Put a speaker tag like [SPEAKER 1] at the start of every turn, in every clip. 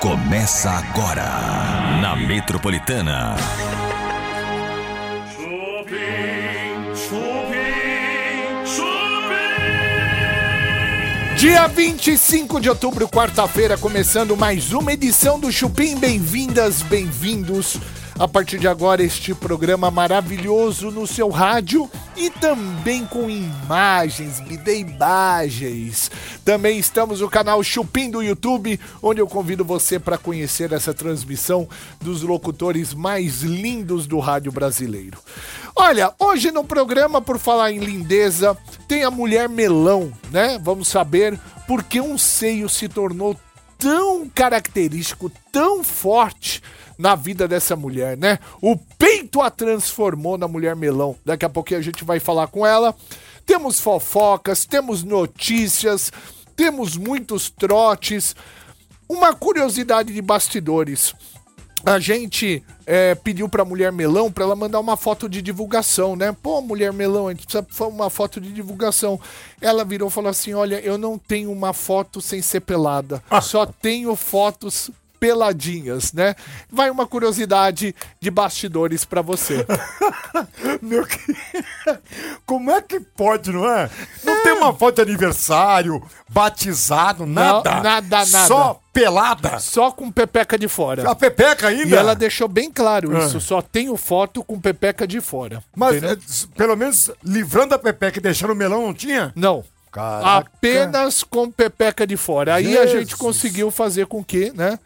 [SPEAKER 1] Começa agora na Metropolitana.
[SPEAKER 2] Chupim, chupim, chupim.
[SPEAKER 3] Dia 25 de outubro, quarta-feira, começando mais uma edição do Chupim. Bem-vindas, bem-vindos. A partir de agora, este programa maravilhoso no seu rádio e também com imagens, me dê imagens. Também estamos no canal Chupim do YouTube, onde eu convido você para conhecer essa transmissão dos locutores mais lindos do rádio brasileiro. Olha, hoje no programa, por falar em lindeza, tem a mulher melão, né? Vamos saber por que um seio se tornou tão característico, tão forte na vida dessa mulher, né? O peito a transformou na mulher melão. Daqui a pouquinho a gente vai falar com ela. Temos fofocas, temos notícias, temos muitos trotes. Uma curiosidade de bastidores. A gente é, pediu pra Mulher Melão pra ela mandar uma foto de divulgação, né? Pô, Mulher Melão, a gente precisa fa- uma foto de divulgação. Ela virou e falou assim: Olha, eu não tenho uma foto sem ser pelada.
[SPEAKER 4] Ah.
[SPEAKER 3] Só tenho fotos peladinhas, né? Vai uma curiosidade de bastidores pra você.
[SPEAKER 4] Meu que... Como é que pode, não é? Não tem uma foto de aniversário, batizado, nada.
[SPEAKER 3] nada, nada.
[SPEAKER 4] Só pelada.
[SPEAKER 3] Só com pepeca de fora.
[SPEAKER 4] A pepeca
[SPEAKER 3] E
[SPEAKER 4] ainda.
[SPEAKER 3] ela deixou bem claro isso.
[SPEAKER 4] Ah.
[SPEAKER 3] Só tenho foto com pepeca de fora.
[SPEAKER 4] Mas
[SPEAKER 3] Entendeu?
[SPEAKER 4] é, s- pelo menos livrando a pepeca e deixando o melão, não tinha?
[SPEAKER 3] Não.
[SPEAKER 4] Caraca.
[SPEAKER 3] Apenas com pepeca de fora. Aí a gente
[SPEAKER 4] Jesus.
[SPEAKER 3] conseguiu fazer com que, né?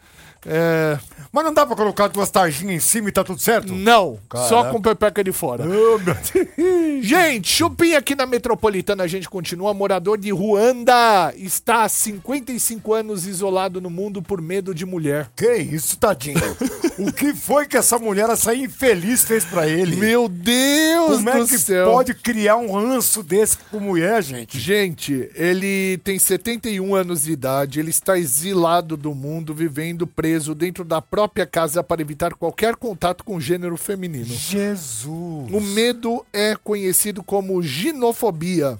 [SPEAKER 3] É,
[SPEAKER 4] Mas não dá pra colocar duas tarjinhas em cima e tá tudo certo?
[SPEAKER 3] não, só
[SPEAKER 4] Caraca.
[SPEAKER 3] com pepeca de fora.
[SPEAKER 4] Ô, meu Deus.
[SPEAKER 3] Gente, chupim aqui na metropolitana, a gente continua. Morador de Ruanda está há 55 anos isolado no mundo por medo de mulher.
[SPEAKER 4] Que isso, tadinho. o que foi que essa mulher, essa infeliz, fez pra ele?
[SPEAKER 3] Meu Deus
[SPEAKER 4] Como é
[SPEAKER 3] do
[SPEAKER 4] que
[SPEAKER 3] céu.
[SPEAKER 4] pode criar um ranço desse com mulher, gente?
[SPEAKER 3] Gente, ele tem 71 anos de idade, ele está exilado do mundo, vivendo preso dentro da própria casa para evitar qualquer contato com o gênero feminino.
[SPEAKER 4] Jesus.
[SPEAKER 3] O medo é conhecido como ginofobia.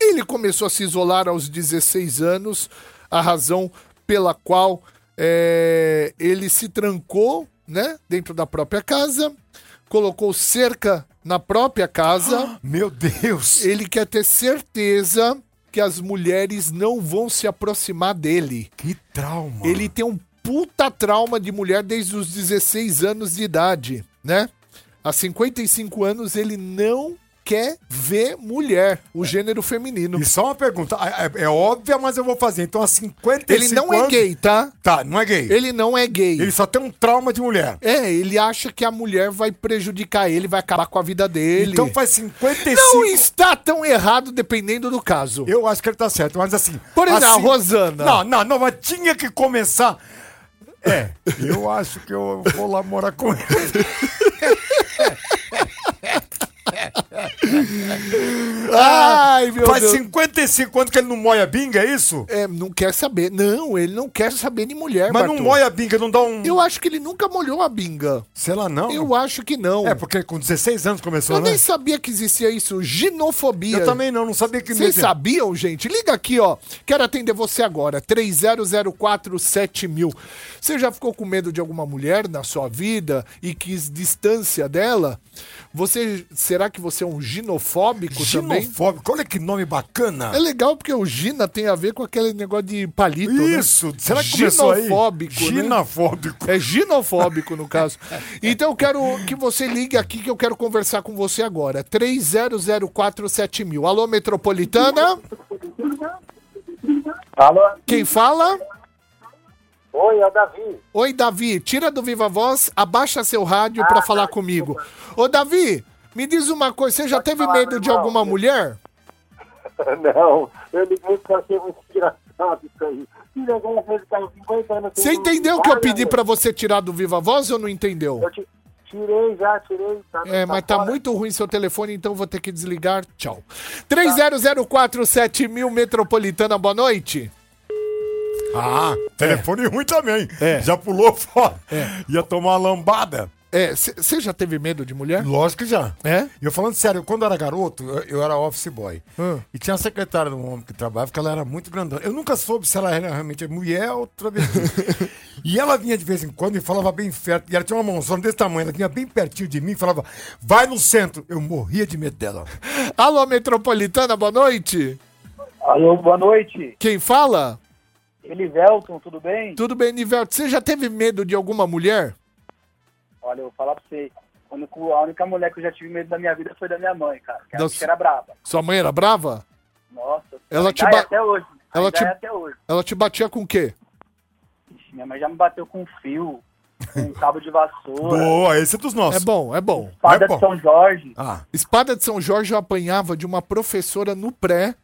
[SPEAKER 3] Ele começou a se isolar aos 16 anos, a razão pela qual eh, ele se trancou né, dentro da própria casa, colocou cerca na própria casa.
[SPEAKER 4] Meu Deus.
[SPEAKER 3] Ele quer ter certeza que as mulheres não vão se aproximar dele.
[SPEAKER 4] Que trauma.
[SPEAKER 3] Ele tem um puta trauma de mulher desde os 16 anos de idade, né? Há 55 anos ele não quer ver mulher, o
[SPEAKER 4] É.
[SPEAKER 3] gênero feminino.
[SPEAKER 4] E só uma pergunta, é, é- é óbvia, mas eu vou fazer. Então, há 55
[SPEAKER 3] Ele não é
[SPEAKER 4] anos-
[SPEAKER 3] gay, tá?
[SPEAKER 4] Tá, não é gay. Ele...
[SPEAKER 3] Ele não é gay.
[SPEAKER 4] só tem um trauma de mulher.
[SPEAKER 3] É, ele acha que a mulher vai prejudicar ele, vai acabar com a vida dele.
[SPEAKER 4] Então faz 55...
[SPEAKER 3] não está tão errado dependendo do caso.
[SPEAKER 4] Eu acho que ele tá certo, mas assim...
[SPEAKER 3] Por exemplo,
[SPEAKER 4] assim-
[SPEAKER 3] a Rosana.
[SPEAKER 4] Não, não, não, mas tinha que começar... É, eu acho que eu vou lá morar com ele.
[SPEAKER 3] Ai, meu
[SPEAKER 4] ah, Faz 55 anos que ele não moia binga, é isso?
[SPEAKER 3] É, não quer saber. Não, ele não quer saber de mulher,
[SPEAKER 4] mas
[SPEAKER 3] Bartô.
[SPEAKER 4] não moia binga, não dá um...
[SPEAKER 3] Eu acho que ele nunca molhou a binga.
[SPEAKER 4] Sei lá, não.
[SPEAKER 3] Eu acho que não.
[SPEAKER 4] É, porque com 16 anos começou,
[SPEAKER 3] Eu
[SPEAKER 4] né?
[SPEAKER 3] nem sabia que existia isso. Ginofobia.
[SPEAKER 4] Eu também não, não sabia que...
[SPEAKER 3] Vocês sabiam, gente? Liga aqui, ó. Quero atender você agora. 30047000. Você já ficou com medo de alguma mulher na sua vida e quis distância dela? Você, será que você é um ginofóbico também?
[SPEAKER 4] Ginofóbico, olha que nome bacana.
[SPEAKER 3] É legal porque o Gina tem a ver com aquele negócio de palito, né?
[SPEAKER 4] Isso, será que começou aí?
[SPEAKER 3] Ginofóbico, né?
[SPEAKER 4] Ginafóbico.
[SPEAKER 3] É ginofóbico, no caso. Então eu quero que você ligue aqui que eu quero conversar com você agora. 30047000. Alô, Metropolitana?
[SPEAKER 5] Alô?
[SPEAKER 3] Quem fala?
[SPEAKER 5] Oi, é o Davi.
[SPEAKER 3] Oi, Davi. Tira do Viva Voz, abaixa seu rádio pra falar comigo. Ô, Davi, me diz uma coisa. Você já teve
[SPEAKER 5] falar,
[SPEAKER 3] medo
[SPEAKER 5] meu
[SPEAKER 3] de
[SPEAKER 5] irmão.
[SPEAKER 3] alguma mulher?
[SPEAKER 5] Não, eu liguei porque eu achei muito engraçado isso aí. Que negócio ele tá em 50 anos.
[SPEAKER 3] Você entendeu o que eu pedi pra você tirar do Viva Voz ou não entendeu?
[SPEAKER 5] Eu ti- tirei já, tirei. Tá,
[SPEAKER 3] É, mas tá
[SPEAKER 5] fora.
[SPEAKER 3] muito ruim seu telefone, então vou ter que desligar. Tchau. 30047000 Metropolitana, boa noite. É.
[SPEAKER 4] Ah, telefone ruim também. Já pulou fora. Ia tomar uma lambada.
[SPEAKER 3] Você É, já teve medo de mulher?
[SPEAKER 4] Lógico que já.
[SPEAKER 3] É?
[SPEAKER 4] E Eu falando sério, quando eu era garoto, eu, eu era office boy.
[SPEAKER 3] Hum.
[SPEAKER 4] E tinha a secretária de um homem que trabalhava, que ela era muito grandona. Eu nunca soube se ela era realmente mulher ou travesti. e ela vinha de vez em quando e falava bem perto. E ela tinha uma mãozona desse tamanho, ela vinha bem pertinho de mim e falava, vai no centro. Eu morria de medo dela.
[SPEAKER 3] Alô, Metropolitana, boa noite.
[SPEAKER 5] Alô, boa noite.
[SPEAKER 3] Quem fala?
[SPEAKER 5] Elivelton, tudo bem?
[SPEAKER 3] Tudo bem, Nivelto? Você já teve medo de alguma mulher?
[SPEAKER 5] Olha, eu vou falar pra você. A única- a única mulher que eu já tive medo da minha vida foi da minha mãe, cara. Que
[SPEAKER 3] Da
[SPEAKER 5] ela
[SPEAKER 3] su-
[SPEAKER 5] era braba.
[SPEAKER 3] Sua mãe era brava?
[SPEAKER 5] Nossa.
[SPEAKER 3] Ela te
[SPEAKER 5] ainda
[SPEAKER 3] ba-
[SPEAKER 5] é até hoje.
[SPEAKER 3] Ela
[SPEAKER 5] Ainda
[SPEAKER 3] te-
[SPEAKER 5] é até hoje.
[SPEAKER 3] Ela te batia com o quê?
[SPEAKER 5] Ixi, minha mãe já me bateu com um fio, com um cabo de vassoura,
[SPEAKER 4] Boa, esse é dos
[SPEAKER 3] É
[SPEAKER 4] nossos.
[SPEAKER 3] bom, é bom.
[SPEAKER 5] espada
[SPEAKER 4] é bom.
[SPEAKER 5] de São Jorge.
[SPEAKER 4] Ah,
[SPEAKER 3] Espada de São Jorge eu apanhava de uma professora no pré,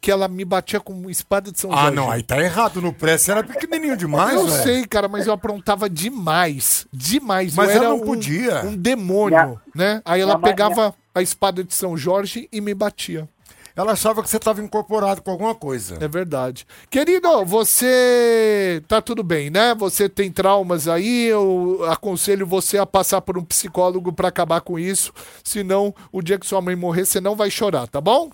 [SPEAKER 3] que ela me batia com espada de São
[SPEAKER 4] ah
[SPEAKER 3] Jorge.
[SPEAKER 4] não, aí tá errado. No pré, você era pequenininho demais,
[SPEAKER 3] Eu
[SPEAKER 4] velho.
[SPEAKER 3] sei, cara, mas eu aprontava demais. Demais.
[SPEAKER 4] Mas
[SPEAKER 3] eu
[SPEAKER 4] ela
[SPEAKER 3] era
[SPEAKER 4] não
[SPEAKER 3] um,
[SPEAKER 4] podia.
[SPEAKER 3] Um demônio, né? Aí ela
[SPEAKER 5] Minha mãe-
[SPEAKER 3] pegava a espada de São Jorge e me batia.
[SPEAKER 4] Ela achava que você tava incorporado com alguma coisa.
[SPEAKER 3] É verdade. Querido, você tá tudo bem, né? Você tem traumas aí, eu aconselho você a passar por um psicólogo pra acabar com isso, senão o dia que sua mãe morrer, você não vai chorar, tá bom?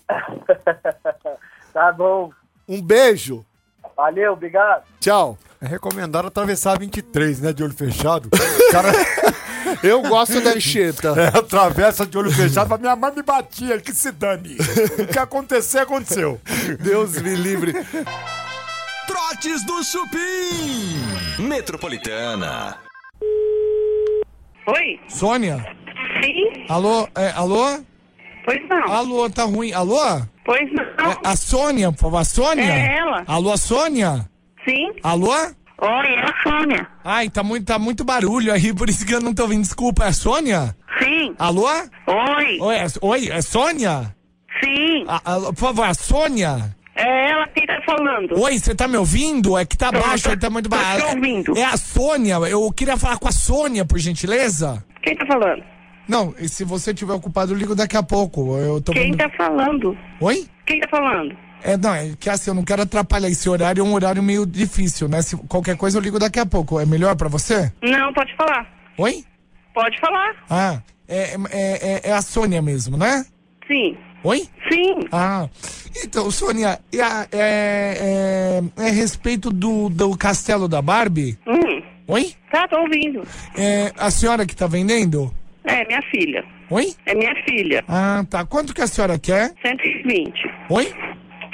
[SPEAKER 5] Tá bom.
[SPEAKER 3] Um beijo.
[SPEAKER 5] Valeu, obrigado.
[SPEAKER 3] Tchau.
[SPEAKER 4] É recomendado atravessar a 23, né? De olho fechado. O cara...
[SPEAKER 3] Eu gosto da enxeta.
[SPEAKER 4] É, atravessa de olho fechado, fala, minha mãe me batia, que se dane. O que acontecer, aconteceu.
[SPEAKER 3] Deus me livre.
[SPEAKER 1] Trotes do Chupim. Metropolitana.
[SPEAKER 6] Oi?
[SPEAKER 3] Sônia,
[SPEAKER 6] Sim?
[SPEAKER 3] alô, é, alô?
[SPEAKER 6] Pois não.
[SPEAKER 3] Alô, tá ruim. Alô?
[SPEAKER 6] Pois não.
[SPEAKER 3] É, a Sônia, por favor, a Sônia?
[SPEAKER 6] É ela.
[SPEAKER 3] Alô, Sônia?
[SPEAKER 6] Sim?
[SPEAKER 3] Alô?
[SPEAKER 6] Oi, é a Sônia.
[SPEAKER 3] Ai, tá muito, tá muito barulho aí, por isso que eu não tô ouvindo. Desculpa, é a Sônia?
[SPEAKER 6] Sim?
[SPEAKER 3] Alô?
[SPEAKER 6] Oi?
[SPEAKER 3] Oi, é, oi, é Sônia?
[SPEAKER 6] Sim?
[SPEAKER 3] A- alô, por favor, a Sônia?
[SPEAKER 6] É ela que tá falando.
[SPEAKER 3] Oi, você tá me ouvindo? É que tá
[SPEAKER 6] Tô,
[SPEAKER 3] baixo,
[SPEAKER 6] tô-
[SPEAKER 3] aí tá muito
[SPEAKER 6] tô te
[SPEAKER 3] baixo.
[SPEAKER 6] ouvindo.
[SPEAKER 3] É a Sônia, eu queria falar com a Sônia, por gentileza.
[SPEAKER 6] Quem tá falando?
[SPEAKER 3] Não, e se você tiver ocupado, eu ligo daqui a pouco. Eu tô
[SPEAKER 6] Quem
[SPEAKER 3] vendo-
[SPEAKER 6] tá falando?
[SPEAKER 3] Oi?
[SPEAKER 6] Quem tá falando?
[SPEAKER 3] É, não, é que assim, eu não quero atrapalhar. Esse horário é um horário meio difícil, né? Se qualquer coisa eu ligo daqui a pouco. É melhor pra você?
[SPEAKER 6] Não, pode falar.
[SPEAKER 3] Oi?
[SPEAKER 6] Pode falar.
[SPEAKER 3] Ah, é, é, é- é a Sônia mesmo, né?
[SPEAKER 6] Sim.
[SPEAKER 3] Oi?
[SPEAKER 6] Sim.
[SPEAKER 3] Ah, então, Sônia, e a- é, é, é a respeito do, do castelo da Barbie?
[SPEAKER 6] Hum.
[SPEAKER 3] Oi?
[SPEAKER 6] Tá, tô ouvindo.
[SPEAKER 3] É a senhora que tá vendendo?
[SPEAKER 6] É, minha filha.
[SPEAKER 3] Oi?
[SPEAKER 6] É minha filha.
[SPEAKER 3] Ah, tá. Quanto que a senhora quer?
[SPEAKER 6] 120.
[SPEAKER 3] Oi?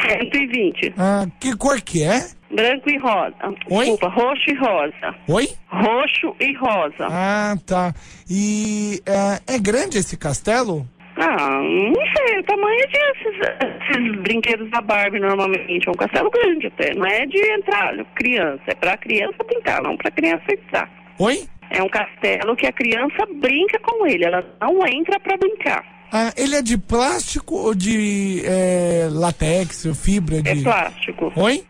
[SPEAKER 6] 120.
[SPEAKER 3] Ah, que cor que é?
[SPEAKER 6] Branco e rosa.
[SPEAKER 3] Oi?
[SPEAKER 6] Desculpa, roxo e rosa.
[SPEAKER 3] Oi?
[SPEAKER 6] Roxo e rosa.
[SPEAKER 3] Ah, tá. E é, é grande esse castelo?
[SPEAKER 6] Ah, não sei, o tamanho de esses, esses brinquedos da Barbie normalmente. É um castelo grande até. Não é de entrar criança. É pra criança brincar, não pra criança entrar.
[SPEAKER 3] Oi?
[SPEAKER 6] É um castelo que a criança brinca com ele. Ela não entra pra brincar.
[SPEAKER 3] Ah, ele é de plástico ou de é, latex, ou fibra de.
[SPEAKER 6] É plástico.
[SPEAKER 3] Oi?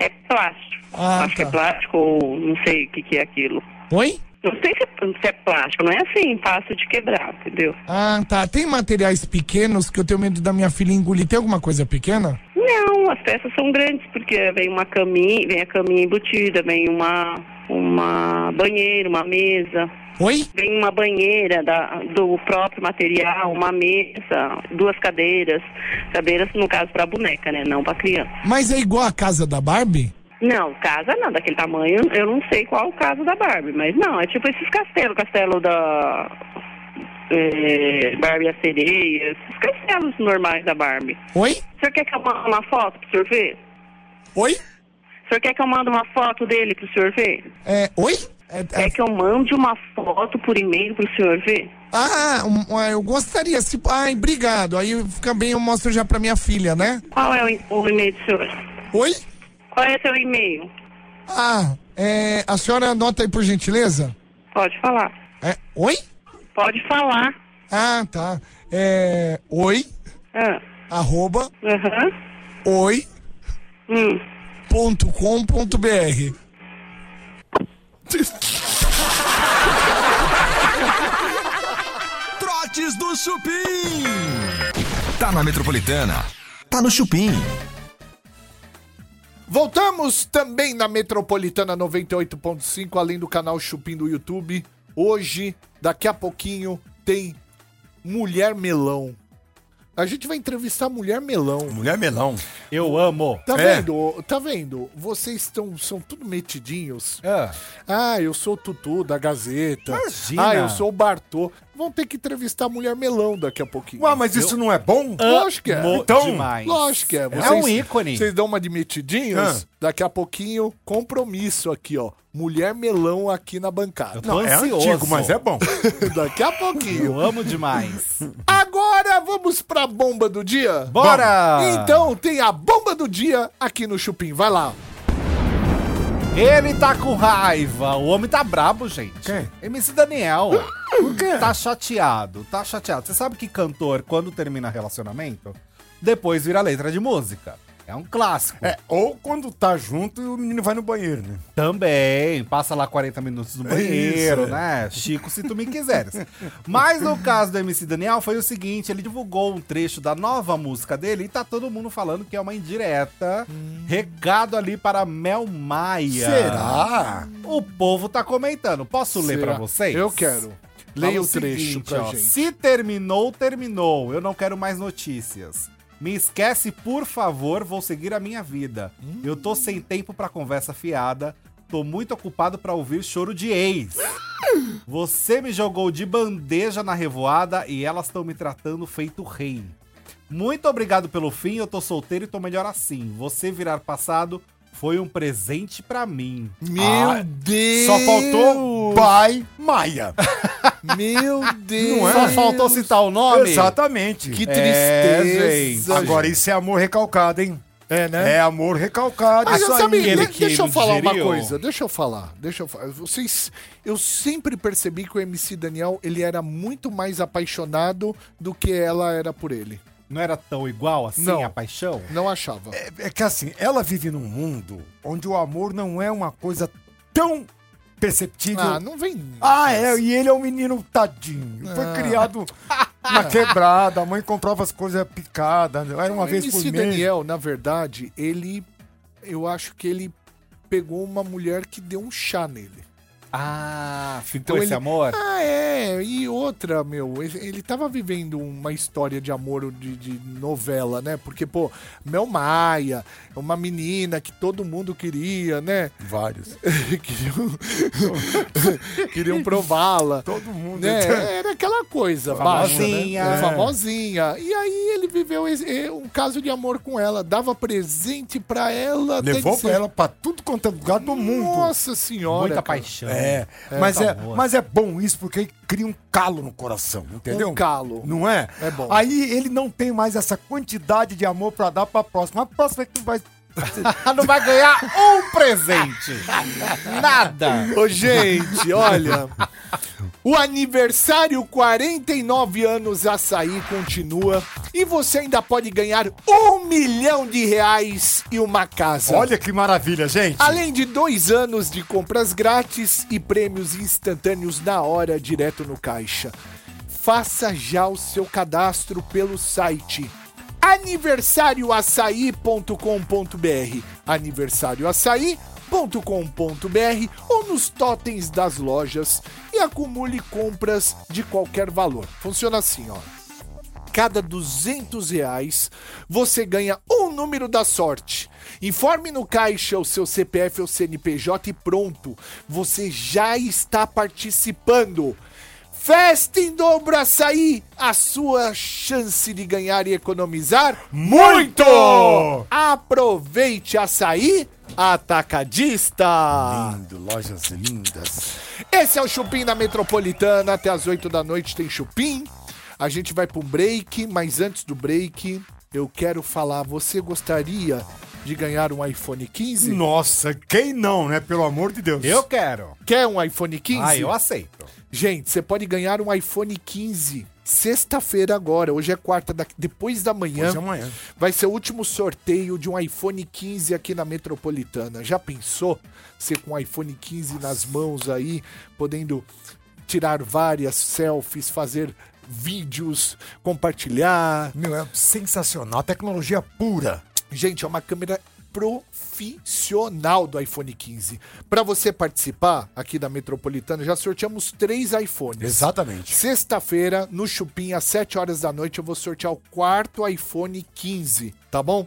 [SPEAKER 6] É plástico.
[SPEAKER 3] Ah,
[SPEAKER 6] Acho
[SPEAKER 3] tá.
[SPEAKER 6] que é plástico ou não sei o que, que é aquilo.
[SPEAKER 3] Oi?
[SPEAKER 6] Não sei se é, se é plástico, não é assim, fácil de quebrar, entendeu?
[SPEAKER 3] Ah, tá. Tem materiais pequenos que eu tenho medo da minha filha engolir. Tem alguma coisa pequena?
[SPEAKER 6] Não, as peças são grandes, porque vem uma caminha, vem a caminha embutida, vem uma, uma banheira, uma mesa,
[SPEAKER 3] Oi?
[SPEAKER 6] vem uma banheira da, do próprio material, uma mesa, duas cadeiras. Cadeiras, no caso, para boneca, né? Não para criança.
[SPEAKER 3] Mas é igual a casa da Barbie?
[SPEAKER 6] Não, casa não, daquele tamanho, eu não sei qual o caso da Barbie, mas não, é tipo esses castelos, castelo da eh, Barbie a sereia, esses castelos normais da Barbie.
[SPEAKER 3] Oi?
[SPEAKER 6] O senhor quer que eu mande uma foto pro senhor ver?
[SPEAKER 3] Oi?
[SPEAKER 6] O senhor quer que eu mande uma foto dele pro senhor ver?
[SPEAKER 3] É, oi? É, é-
[SPEAKER 6] Quer que eu mande uma foto por e-mail pro senhor ver?
[SPEAKER 3] ah, um- ah, eu gostaria. Se, ai, obrigado. Aí fica bem, eu mostro já pra minha filha, né?
[SPEAKER 6] Qual é o, e- o e-mail do senhor?
[SPEAKER 3] Oi?
[SPEAKER 6] Qual é seu e-mail?
[SPEAKER 3] Ah, é, a senhora anota aí por gentileza?
[SPEAKER 6] Pode falar.
[SPEAKER 3] É, oi?
[SPEAKER 6] Pode falar.
[SPEAKER 3] Ah, tá. É, oi,
[SPEAKER 6] Ah,
[SPEAKER 3] arroba,
[SPEAKER 6] Aham.
[SPEAKER 3] oi,
[SPEAKER 6] Hum.
[SPEAKER 3] .com.br
[SPEAKER 1] Trotes do Chupim. Tá na Metropolitana. Tá no Chupim.
[SPEAKER 3] Voltamos também na Metropolitana 98.5, além do canal Chupim do YouTube. Hoje, daqui a pouquinho, tem Mulher Melão. A gente vai entrevistar Mulher Melão.
[SPEAKER 4] Mulher é melão.
[SPEAKER 7] Eu amo.
[SPEAKER 3] Tá
[SPEAKER 4] É.
[SPEAKER 3] vendo? Tá vendo? Vocês estão, são tudo metidinhos.
[SPEAKER 7] É.
[SPEAKER 3] Ah, eu sou o Tutu da Gazeta.
[SPEAKER 7] Imagina.
[SPEAKER 3] Ah, eu sou o Bartô. Vão ter que entrevistar a Mulher Melão daqui a pouquinho.
[SPEAKER 4] Ué, mas isso não é bom?
[SPEAKER 3] Lógico que é.
[SPEAKER 7] Amo
[SPEAKER 4] Então,
[SPEAKER 7] demais.
[SPEAKER 3] Lógico que é.
[SPEAKER 7] É um ícone.
[SPEAKER 3] Vocês dão uma de metidinhos,
[SPEAKER 4] Ah.
[SPEAKER 3] daqui a pouquinho, compromisso aqui, ó. Mulher Melão aqui na bancada.
[SPEAKER 7] Não,
[SPEAKER 4] É antigo, mas é bom.
[SPEAKER 3] daqui a pouquinho.
[SPEAKER 7] Eu amo demais.
[SPEAKER 3] Agora vamos pra bomba do dia?
[SPEAKER 7] Bora!
[SPEAKER 3] Então tem a bomba do dia aqui no Chupim. Vai lá.
[SPEAKER 7] Ele tá com raiva. O homem tá brabo, gente.
[SPEAKER 4] Quem?
[SPEAKER 7] MC Daniel. Tá chateado, tá chateado. Você sabe que cantor, quando termina relacionamento, depois vira letra de música. É um clássico.
[SPEAKER 4] É, ou quando tá junto e o menino vai no banheiro, né?
[SPEAKER 7] Também, passa lá 40 minutos no banheiro,
[SPEAKER 4] Isso, é.
[SPEAKER 7] né? Chico, se tu me quiseres. Mas no caso do MC Daniel foi o seguinte, ele divulgou um trecho da nova música dele e tá todo mundo falando que é uma indireta. Recado ali para Mel Maia.
[SPEAKER 4] Hum. Será?
[SPEAKER 7] O povo tá comentando. Posso ler
[SPEAKER 3] Será?
[SPEAKER 7] pra vocês?
[SPEAKER 3] Eu quero.
[SPEAKER 7] Fala
[SPEAKER 3] Leia o
[SPEAKER 7] seguinte,
[SPEAKER 3] trecho pra
[SPEAKER 7] ó,
[SPEAKER 3] gente.
[SPEAKER 7] Se terminou, terminou. Eu não quero mais notícias. Me esquece, por favor, vou seguir a minha vida. Eu tô sem tempo pra conversa fiada. Tô muito ocupado pra ouvir choro de ex. Você me jogou de bandeja na revoada e elas estão me tratando feito rei. Muito obrigado pelo fim, eu tô solteiro e tô melhor assim. Você virar passado foi um presente pra mim.
[SPEAKER 3] Meu
[SPEAKER 4] Ah,
[SPEAKER 3] Deus!
[SPEAKER 4] Só faltou Pai Maia.
[SPEAKER 3] Meu Deus!
[SPEAKER 7] é? Só faltou citar o nome?
[SPEAKER 4] Exatamente.
[SPEAKER 3] Que
[SPEAKER 7] É,
[SPEAKER 3] tristeza!
[SPEAKER 7] gente.
[SPEAKER 4] Agora, isso é amor recalcado, hein?
[SPEAKER 3] é, né?
[SPEAKER 4] É amor recalcado.
[SPEAKER 3] Mas
[SPEAKER 4] isso
[SPEAKER 3] eu sabe,
[SPEAKER 4] aí.
[SPEAKER 7] ele
[SPEAKER 3] de-
[SPEAKER 7] que
[SPEAKER 3] deixa eu falar uma
[SPEAKER 7] digeriu.
[SPEAKER 3] coisa, deixa eu falar, deixa eu falar. Vocês, eu sempre percebi que o MC Daniel, ele era muito mais apaixonado do que ela era por ele.
[SPEAKER 7] Não era tão igual assim
[SPEAKER 3] Não.
[SPEAKER 7] a paixão?
[SPEAKER 3] Não achava.
[SPEAKER 4] É, é que assim, ela vive num mundo onde o amor não é uma coisa tão perceptível.
[SPEAKER 7] então-
[SPEAKER 3] Ah, não vem.
[SPEAKER 4] Ah, é, e ele é um menino tadinho.
[SPEAKER 3] Ah.
[SPEAKER 4] Foi criado na quebrada, a mãe comprava as coisas picadas, né? era uma
[SPEAKER 3] o
[SPEAKER 4] vez por
[SPEAKER 3] MC
[SPEAKER 4] mês.
[SPEAKER 3] Então, Daniel, na verdade, ele eu acho que ele pegou uma mulher que deu um chá nele.
[SPEAKER 7] Ah, ficou
[SPEAKER 3] Então
[SPEAKER 7] esse
[SPEAKER 3] ele-
[SPEAKER 7] amor?
[SPEAKER 3] Ah, é. E outra, meu, ele ele tava vivendo uma história de amor de, de novela, né? Porque, pô, Mel Maia, uma menina que todo mundo queria, né?
[SPEAKER 4] Vários.
[SPEAKER 3] queriam queriam prová-la.
[SPEAKER 4] Todo mundo.
[SPEAKER 3] Né? Era aquela coisa,
[SPEAKER 7] Famosinha.
[SPEAKER 3] baixa, né? famosinha. E aí ele viveu esse- eh, um caso de amor com ela, dava presente pra ela. até
[SPEAKER 4] Levou
[SPEAKER 3] dizer,
[SPEAKER 4] pra ela pra tudo quanto é lugar do mundo.
[SPEAKER 3] Nossa senhora.
[SPEAKER 7] Muita
[SPEAKER 3] cara.
[SPEAKER 7] paixão.
[SPEAKER 4] É, mas, é,
[SPEAKER 7] amor.
[SPEAKER 4] mas é bom isso porque aí cria um calo no coração, entendeu?
[SPEAKER 3] Um calo.
[SPEAKER 4] Não é?
[SPEAKER 3] É bom.
[SPEAKER 4] Aí ele não tem mais essa quantidade de amor pra dar pra próxima. A próxima é que vai.
[SPEAKER 7] Ah, não vai ganhar um presente. Nada.
[SPEAKER 3] Ô, gente, olha. O aniversário 49 anos açaí continua. E você ainda pode ganhar um milhão de reais e uma casa.
[SPEAKER 4] Olha que maravilha, gente.
[SPEAKER 3] Além de dois anos de compras grátis e prêmios instantâneos na hora, direto no caixa. Faça já o seu cadastro pelo site aniversarioaçaí.com.br aniversarioaçaí.com.br ou nos totens das lojas e acumule compras de qualquer valor. Funciona assim, ó cada 200 reais, você ganha um número da sorte. Informe no caixa o seu CPF ou CNPJ e pronto, você já está participando. Festa em dobro açaí, a sua chance de ganhar e economizar muito! Aproveite açaí atacadista!
[SPEAKER 4] Lindo, lojas lindas.
[SPEAKER 3] Esse é o Chupim da Metropolitana. Até às 8 da noite tem Chupim. A gente vai para um break, mas antes do break, eu quero falar. Você gostaria de ganhar um iPhone 15?
[SPEAKER 4] Nossa, quem não, né? Pelo amor de Deus.
[SPEAKER 7] Eu quero.
[SPEAKER 3] Quer um iPhone 15?
[SPEAKER 7] Ah, eu aceito.
[SPEAKER 3] Gente, você pode ganhar um iPhone 15 sexta-feira agora. Hoje é quarta, da- depois da manhã.
[SPEAKER 4] Hoje é amanhã.
[SPEAKER 3] Vai ser o último sorteio de um iPhone 15 aqui na Metropolitana. Já pensou? Você com um iPhone 15 nas mãos aí, podendo tirar várias selfies, fazer vídeos, compartilhar.
[SPEAKER 4] Meu, é sensacional. Tecnologia pura.
[SPEAKER 3] Gente, é uma câmera profissional do iPhone 15. Para você participar aqui da Metropolitana, já sorteamos três iPhones.
[SPEAKER 4] Exatamente.
[SPEAKER 3] Sexta-feira, no Chupim, às 7 horas da noite, eu vou sortear o quarto iPhone 15, tá bom?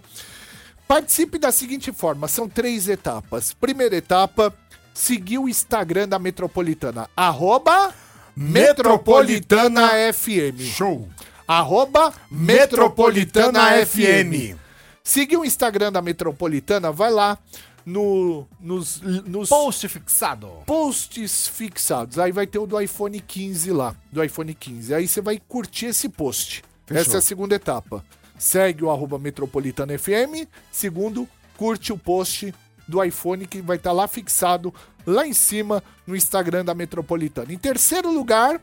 [SPEAKER 3] Participe da seguinte forma: são três etapas. Primeira etapa, seguir o Instagram da Metropolitana, arroba
[SPEAKER 4] Metropolitana
[SPEAKER 3] Metropolitana FM.
[SPEAKER 4] Show.
[SPEAKER 3] Arroba
[SPEAKER 4] Metropolitana
[SPEAKER 3] Metropolitana
[SPEAKER 4] FM.
[SPEAKER 3] FM. Seguir o Instagram da Metropolitana, vai lá no, nos, nos
[SPEAKER 7] Post fixado.
[SPEAKER 3] posts fixados. Aí vai ter o do iPhone 15 lá, do iPhone 15. Aí você vai curtir esse post. Essa é a segunda etapa. Segue o arroba Metropolitana FM. Segundo, curte o post do iPhone que vai estar lá fixado, lá em cima, no Instagram da Metropolitana. Em terceiro lugar,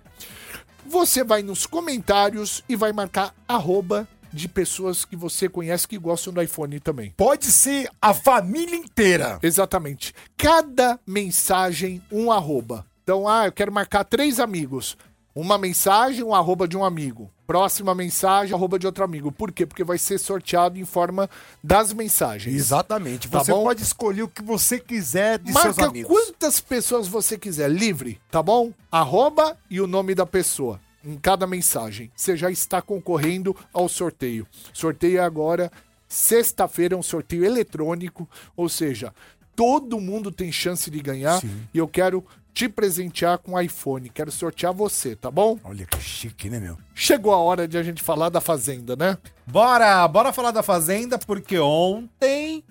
[SPEAKER 3] você vai nos comentários e vai marcar arroba de pessoas que você conhece que gostam do iPhone também.
[SPEAKER 4] Pode ser a família inteira.
[SPEAKER 3] Exatamente. Cada mensagem, um arroba. Então, ah, eu quero marcar três amigos. Uma mensagem, um arroba de um amigo. Próxima mensagem, arroba de outro amigo. Por quê? Porque vai ser sorteado em forma das mensagens.
[SPEAKER 4] Exatamente.
[SPEAKER 3] Tá
[SPEAKER 4] Você
[SPEAKER 3] bom?
[SPEAKER 4] pode escolher o que você quiser de seus
[SPEAKER 3] Marca
[SPEAKER 4] amigos.
[SPEAKER 3] quantas pessoas você quiser, livre, tá bom? Arroba e o nome da pessoa em cada mensagem. Você já está concorrendo ao sorteio. Sorteio é agora, sexta-feira, é um sorteio eletrônico, ou seja, todo mundo tem chance de ganhar e eu quero te presentear com iPhone. Quero sortear você, tá bom?
[SPEAKER 4] Olha que chique, né, meu?
[SPEAKER 3] Chegou a hora de a gente falar da Fazenda, né?
[SPEAKER 7] Bora, bora falar da Fazenda, porque ontem,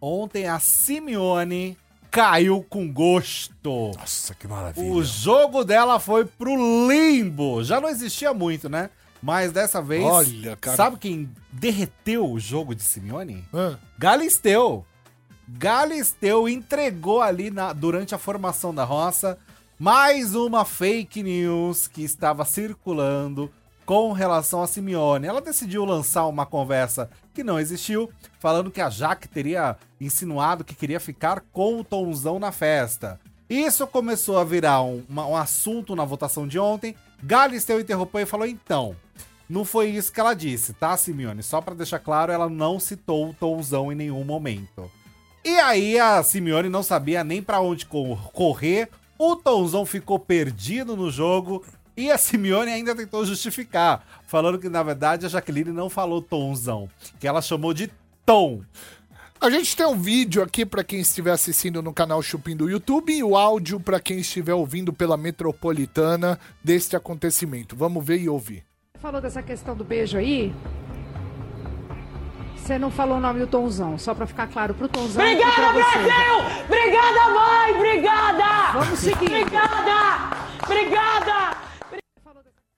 [SPEAKER 7] ontem a Simeone caiu com gosto.
[SPEAKER 4] Nossa, que maravilha.
[SPEAKER 7] O jogo dela foi pro limbo. Já não existia muito, né? Mas dessa vez,
[SPEAKER 3] Olha, cara.
[SPEAKER 7] sabe quem derreteu o jogo de Simeone? Galisteu. Galisteu entregou ali na- durante a formação da roça mais uma fake news que estava circulando com relação a Simeone. Ela decidiu lançar uma conversa que não existiu, falando que a Jaque teria insinuado que queria ficar com o Tonzão na festa. Isso começou a virar um, uma- um assunto na votação de ontem. Galisteu interrompeu e falou: então, não foi isso que ela disse, tá, Simeone? Só pra deixar claro, ela não citou o Tonzão em nenhum momento. E aí a Simeone não sabia nem pra onde co- correr, o Tonzão ficou perdido no jogo e a Simeone ainda tentou justificar, falando que na verdade a Jaqueline não falou Tonzão, que ela chamou de Tom.
[SPEAKER 3] A gente tem um vídeo aqui para quem estiver assistindo no canal Chupim do YouTube e o áudio para quem estiver ouvindo pela Metropolitana deste acontecimento. Vamos ver e ouvir.
[SPEAKER 8] falou dessa questão do beijo aí. Você não falou o nome do Tonzão, só pra ficar claro pro Tonzão. e pra
[SPEAKER 6] Obrigada,
[SPEAKER 8] você.
[SPEAKER 6] Brasil! Obrigada, mãe! Obrigada!
[SPEAKER 8] Vamos seguir.
[SPEAKER 6] Obrigada! Obrigada!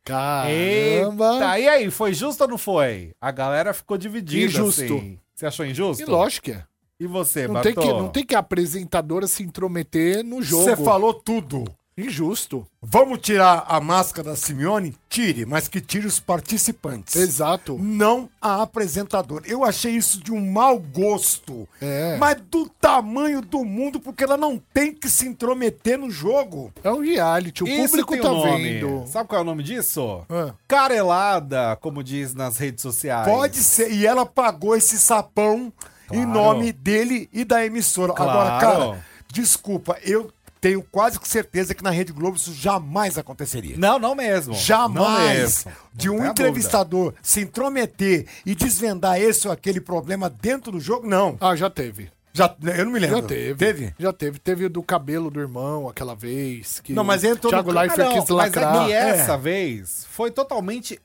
[SPEAKER 3] Caramba!
[SPEAKER 7] Eita, e aí, foi justo ou não foi? A galera ficou dividida.
[SPEAKER 3] Injusto.
[SPEAKER 7] assim. Você achou injusto?
[SPEAKER 3] E lógico que é.
[SPEAKER 7] E você,
[SPEAKER 3] Não tem, que,
[SPEAKER 7] Bartô?
[SPEAKER 3] não tem que a apresentadora se intrometer no jogo.
[SPEAKER 4] Você falou tudo.
[SPEAKER 3] Injusto.
[SPEAKER 4] Vamos tirar a máscara da Simeone? Tire, mas que tire os participantes.
[SPEAKER 3] Exato.
[SPEAKER 4] Não a apresentadora. Eu achei isso de um mau gosto.
[SPEAKER 3] É.
[SPEAKER 4] Mas do tamanho do mundo, porque ela não tem que se intrometer no jogo.
[SPEAKER 3] É um reality. O
[SPEAKER 7] Isso
[SPEAKER 3] público
[SPEAKER 7] tem um
[SPEAKER 3] tá
[SPEAKER 7] nome.
[SPEAKER 3] vendo.
[SPEAKER 7] Sabe qual é o nome disso?
[SPEAKER 3] Ah.
[SPEAKER 7] Carelada, como diz nas redes sociais.
[SPEAKER 4] Pode ser. E ela pagou esse sapão em nome dele e da emissora. Agora,
[SPEAKER 7] Claro.
[SPEAKER 4] cara, desculpa, eu tenho quase que certeza que na Rede Globo isso jamais aconteceria.
[SPEAKER 7] Não, não mesmo. Não
[SPEAKER 4] Jamais
[SPEAKER 7] mesmo.
[SPEAKER 4] de
[SPEAKER 7] Não
[SPEAKER 4] um
[SPEAKER 7] tem a
[SPEAKER 4] entrevistador se intrometer e desvendar esse ou aquele problema dentro do jogo, não.
[SPEAKER 3] Ah, já teve.
[SPEAKER 4] Já, eu não me lembro.
[SPEAKER 3] Já teve.
[SPEAKER 4] Teve?
[SPEAKER 3] Já teve. Teve o do cabelo do irmão aquela vez. Que
[SPEAKER 4] Não, mas entrou no
[SPEAKER 3] Thiago
[SPEAKER 4] ca- Ah,
[SPEAKER 7] dúvida.
[SPEAKER 3] Leifert
[SPEAKER 7] Ah, não,
[SPEAKER 3] quis
[SPEAKER 7] mas
[SPEAKER 3] lacrar.
[SPEAKER 7] é que essa vez foi totalmente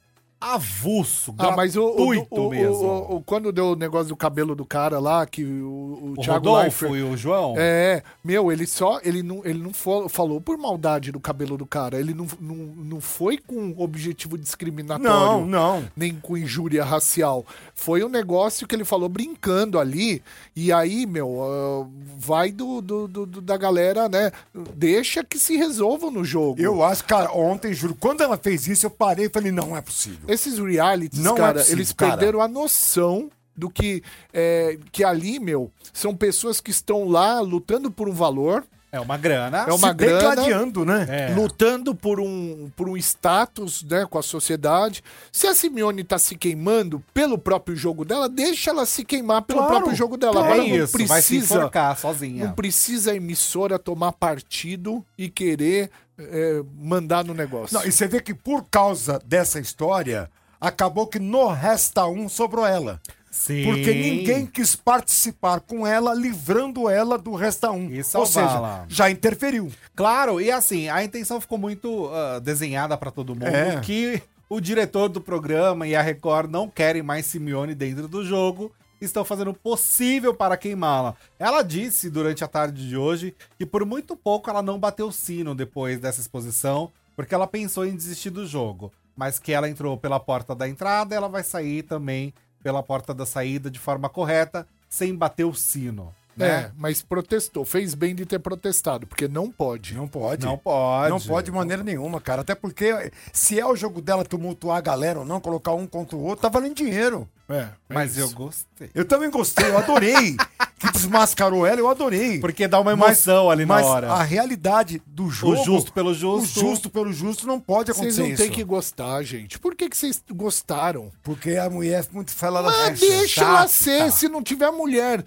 [SPEAKER 7] avulso,
[SPEAKER 3] Ah,
[SPEAKER 7] gratuito
[SPEAKER 3] mas o, o, o- o-
[SPEAKER 7] mesmo.
[SPEAKER 3] o- o- quando deu o negócio do cabelo do cara lá, que o, o
[SPEAKER 7] O
[SPEAKER 3] Thiago
[SPEAKER 7] Rodolfo
[SPEAKER 3] Leifert...
[SPEAKER 7] e o João?
[SPEAKER 3] É, meu, ele só, ele não, ele não fo- falou por maldade do cabelo do cara, ele não, não, não foi com um objetivo discriminatório.
[SPEAKER 4] Não, não.
[SPEAKER 3] Nem com injúria racial. Foi um negócio que ele falou brincando ali, e aí, meu, ah, vai do, do- do- do- da galera, né, deixa que se resolvam no jogo.
[SPEAKER 4] Eu acho, cara, ontem, juro, quando ela fez isso, eu parei e falei, não é possível.
[SPEAKER 3] Esses realities,
[SPEAKER 4] Não é
[SPEAKER 3] cara,
[SPEAKER 4] possível,
[SPEAKER 3] eles
[SPEAKER 4] cara.
[SPEAKER 3] perderam a noção do que é, que ali, meu, são pessoas que estão lá lutando por um valor,
[SPEAKER 7] É uma grana.
[SPEAKER 3] É uma
[SPEAKER 4] Se bem
[SPEAKER 3] grana.
[SPEAKER 4] gladiando, né?
[SPEAKER 7] É.
[SPEAKER 3] lutando por um, por um status né, com a sociedade. Se a Simeone tá se queimando pelo próprio jogo dela, deixa ela se queimar pelo
[SPEAKER 4] Claro,
[SPEAKER 3] próprio jogo dela.
[SPEAKER 7] É
[SPEAKER 3] Agora
[SPEAKER 7] isso,
[SPEAKER 3] não
[SPEAKER 7] vai se
[SPEAKER 3] precisa.
[SPEAKER 7] enforcar sozinha.
[SPEAKER 4] é.
[SPEAKER 3] Não precisa a emissora tomar partido e querer é, mandar no negócio.
[SPEAKER 4] Não, e você vê que por causa dessa história, acabou que no Resta Um sobrou ela.
[SPEAKER 7] Sim.
[SPEAKER 4] Porque ninguém quis participar com ela, livrando ela do Resta Um.
[SPEAKER 7] E
[SPEAKER 4] Ou
[SPEAKER 7] salvá-la.
[SPEAKER 4] seja, já interferiu.
[SPEAKER 7] Claro, e assim, a intenção ficou muito ah, desenhada pra todo mundo
[SPEAKER 4] É.
[SPEAKER 7] que o diretor do programa e a Record não querem mais Simeone dentro do jogo, estão fazendo o possível para queimá-la. Ela disse durante a tarde de hoje que por muito pouco ela não bateu o sino depois dessa exposição, porque ela pensou em desistir do jogo, mas que ela entrou pela porta da entrada, ela vai sair também pela porta da saída de forma correta, sem bater o sino, né?
[SPEAKER 3] É, mas protestou. Fez bem de ter protestado, porque não pode.
[SPEAKER 4] Não pode.
[SPEAKER 7] Não pode.
[SPEAKER 4] Não pode de maneira nenhuma, cara. Até porque se é o jogo dela tumultuar a galera ou não, colocar um contra o outro, tá valendo dinheiro.
[SPEAKER 3] É,
[SPEAKER 7] Mas eu gostei.
[SPEAKER 4] Eu também gostei, eu adorei. que desmascarou ela, eu adorei.
[SPEAKER 7] Porque dá uma emoção ali na
[SPEAKER 4] mas
[SPEAKER 7] hora.
[SPEAKER 4] a realidade do jogo.
[SPEAKER 7] justo pelo justo.
[SPEAKER 4] O justo pelo justo não pode acontecer
[SPEAKER 3] Vocês não
[SPEAKER 4] isso.
[SPEAKER 3] têm que gostar, gente. Por que, que vocês gostaram?
[SPEAKER 4] Porque a mulher é muito fela da
[SPEAKER 3] Mas
[SPEAKER 4] festa.
[SPEAKER 3] deixa
[SPEAKER 4] Tá,
[SPEAKER 3] ela ser.
[SPEAKER 4] tá.
[SPEAKER 3] Se não tiver mulher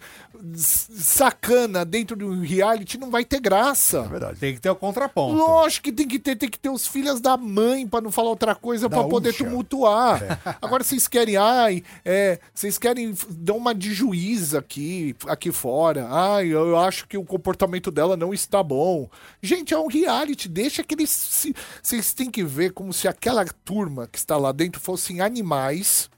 [SPEAKER 3] s- sacana dentro de um reality, não vai ter graça.
[SPEAKER 4] Verdade.
[SPEAKER 7] Tem que ter o contraponto.
[SPEAKER 3] Lógico que tem que ter, tem que ter os filhos da mãe pra não falar outra coisa
[SPEAKER 4] Da
[SPEAKER 3] pra poder
[SPEAKER 4] Ucha.
[SPEAKER 3] tumultuar. Agora vocês querem, ai, é, vocês querem f- dar uma de juiz aqui, aqui fora. Ai, eu acho que o comportamento dela não está bom. Gente, é um reality, deixa que eles se- vocês têm que ver como se aquela turma que está lá dentro fossem animais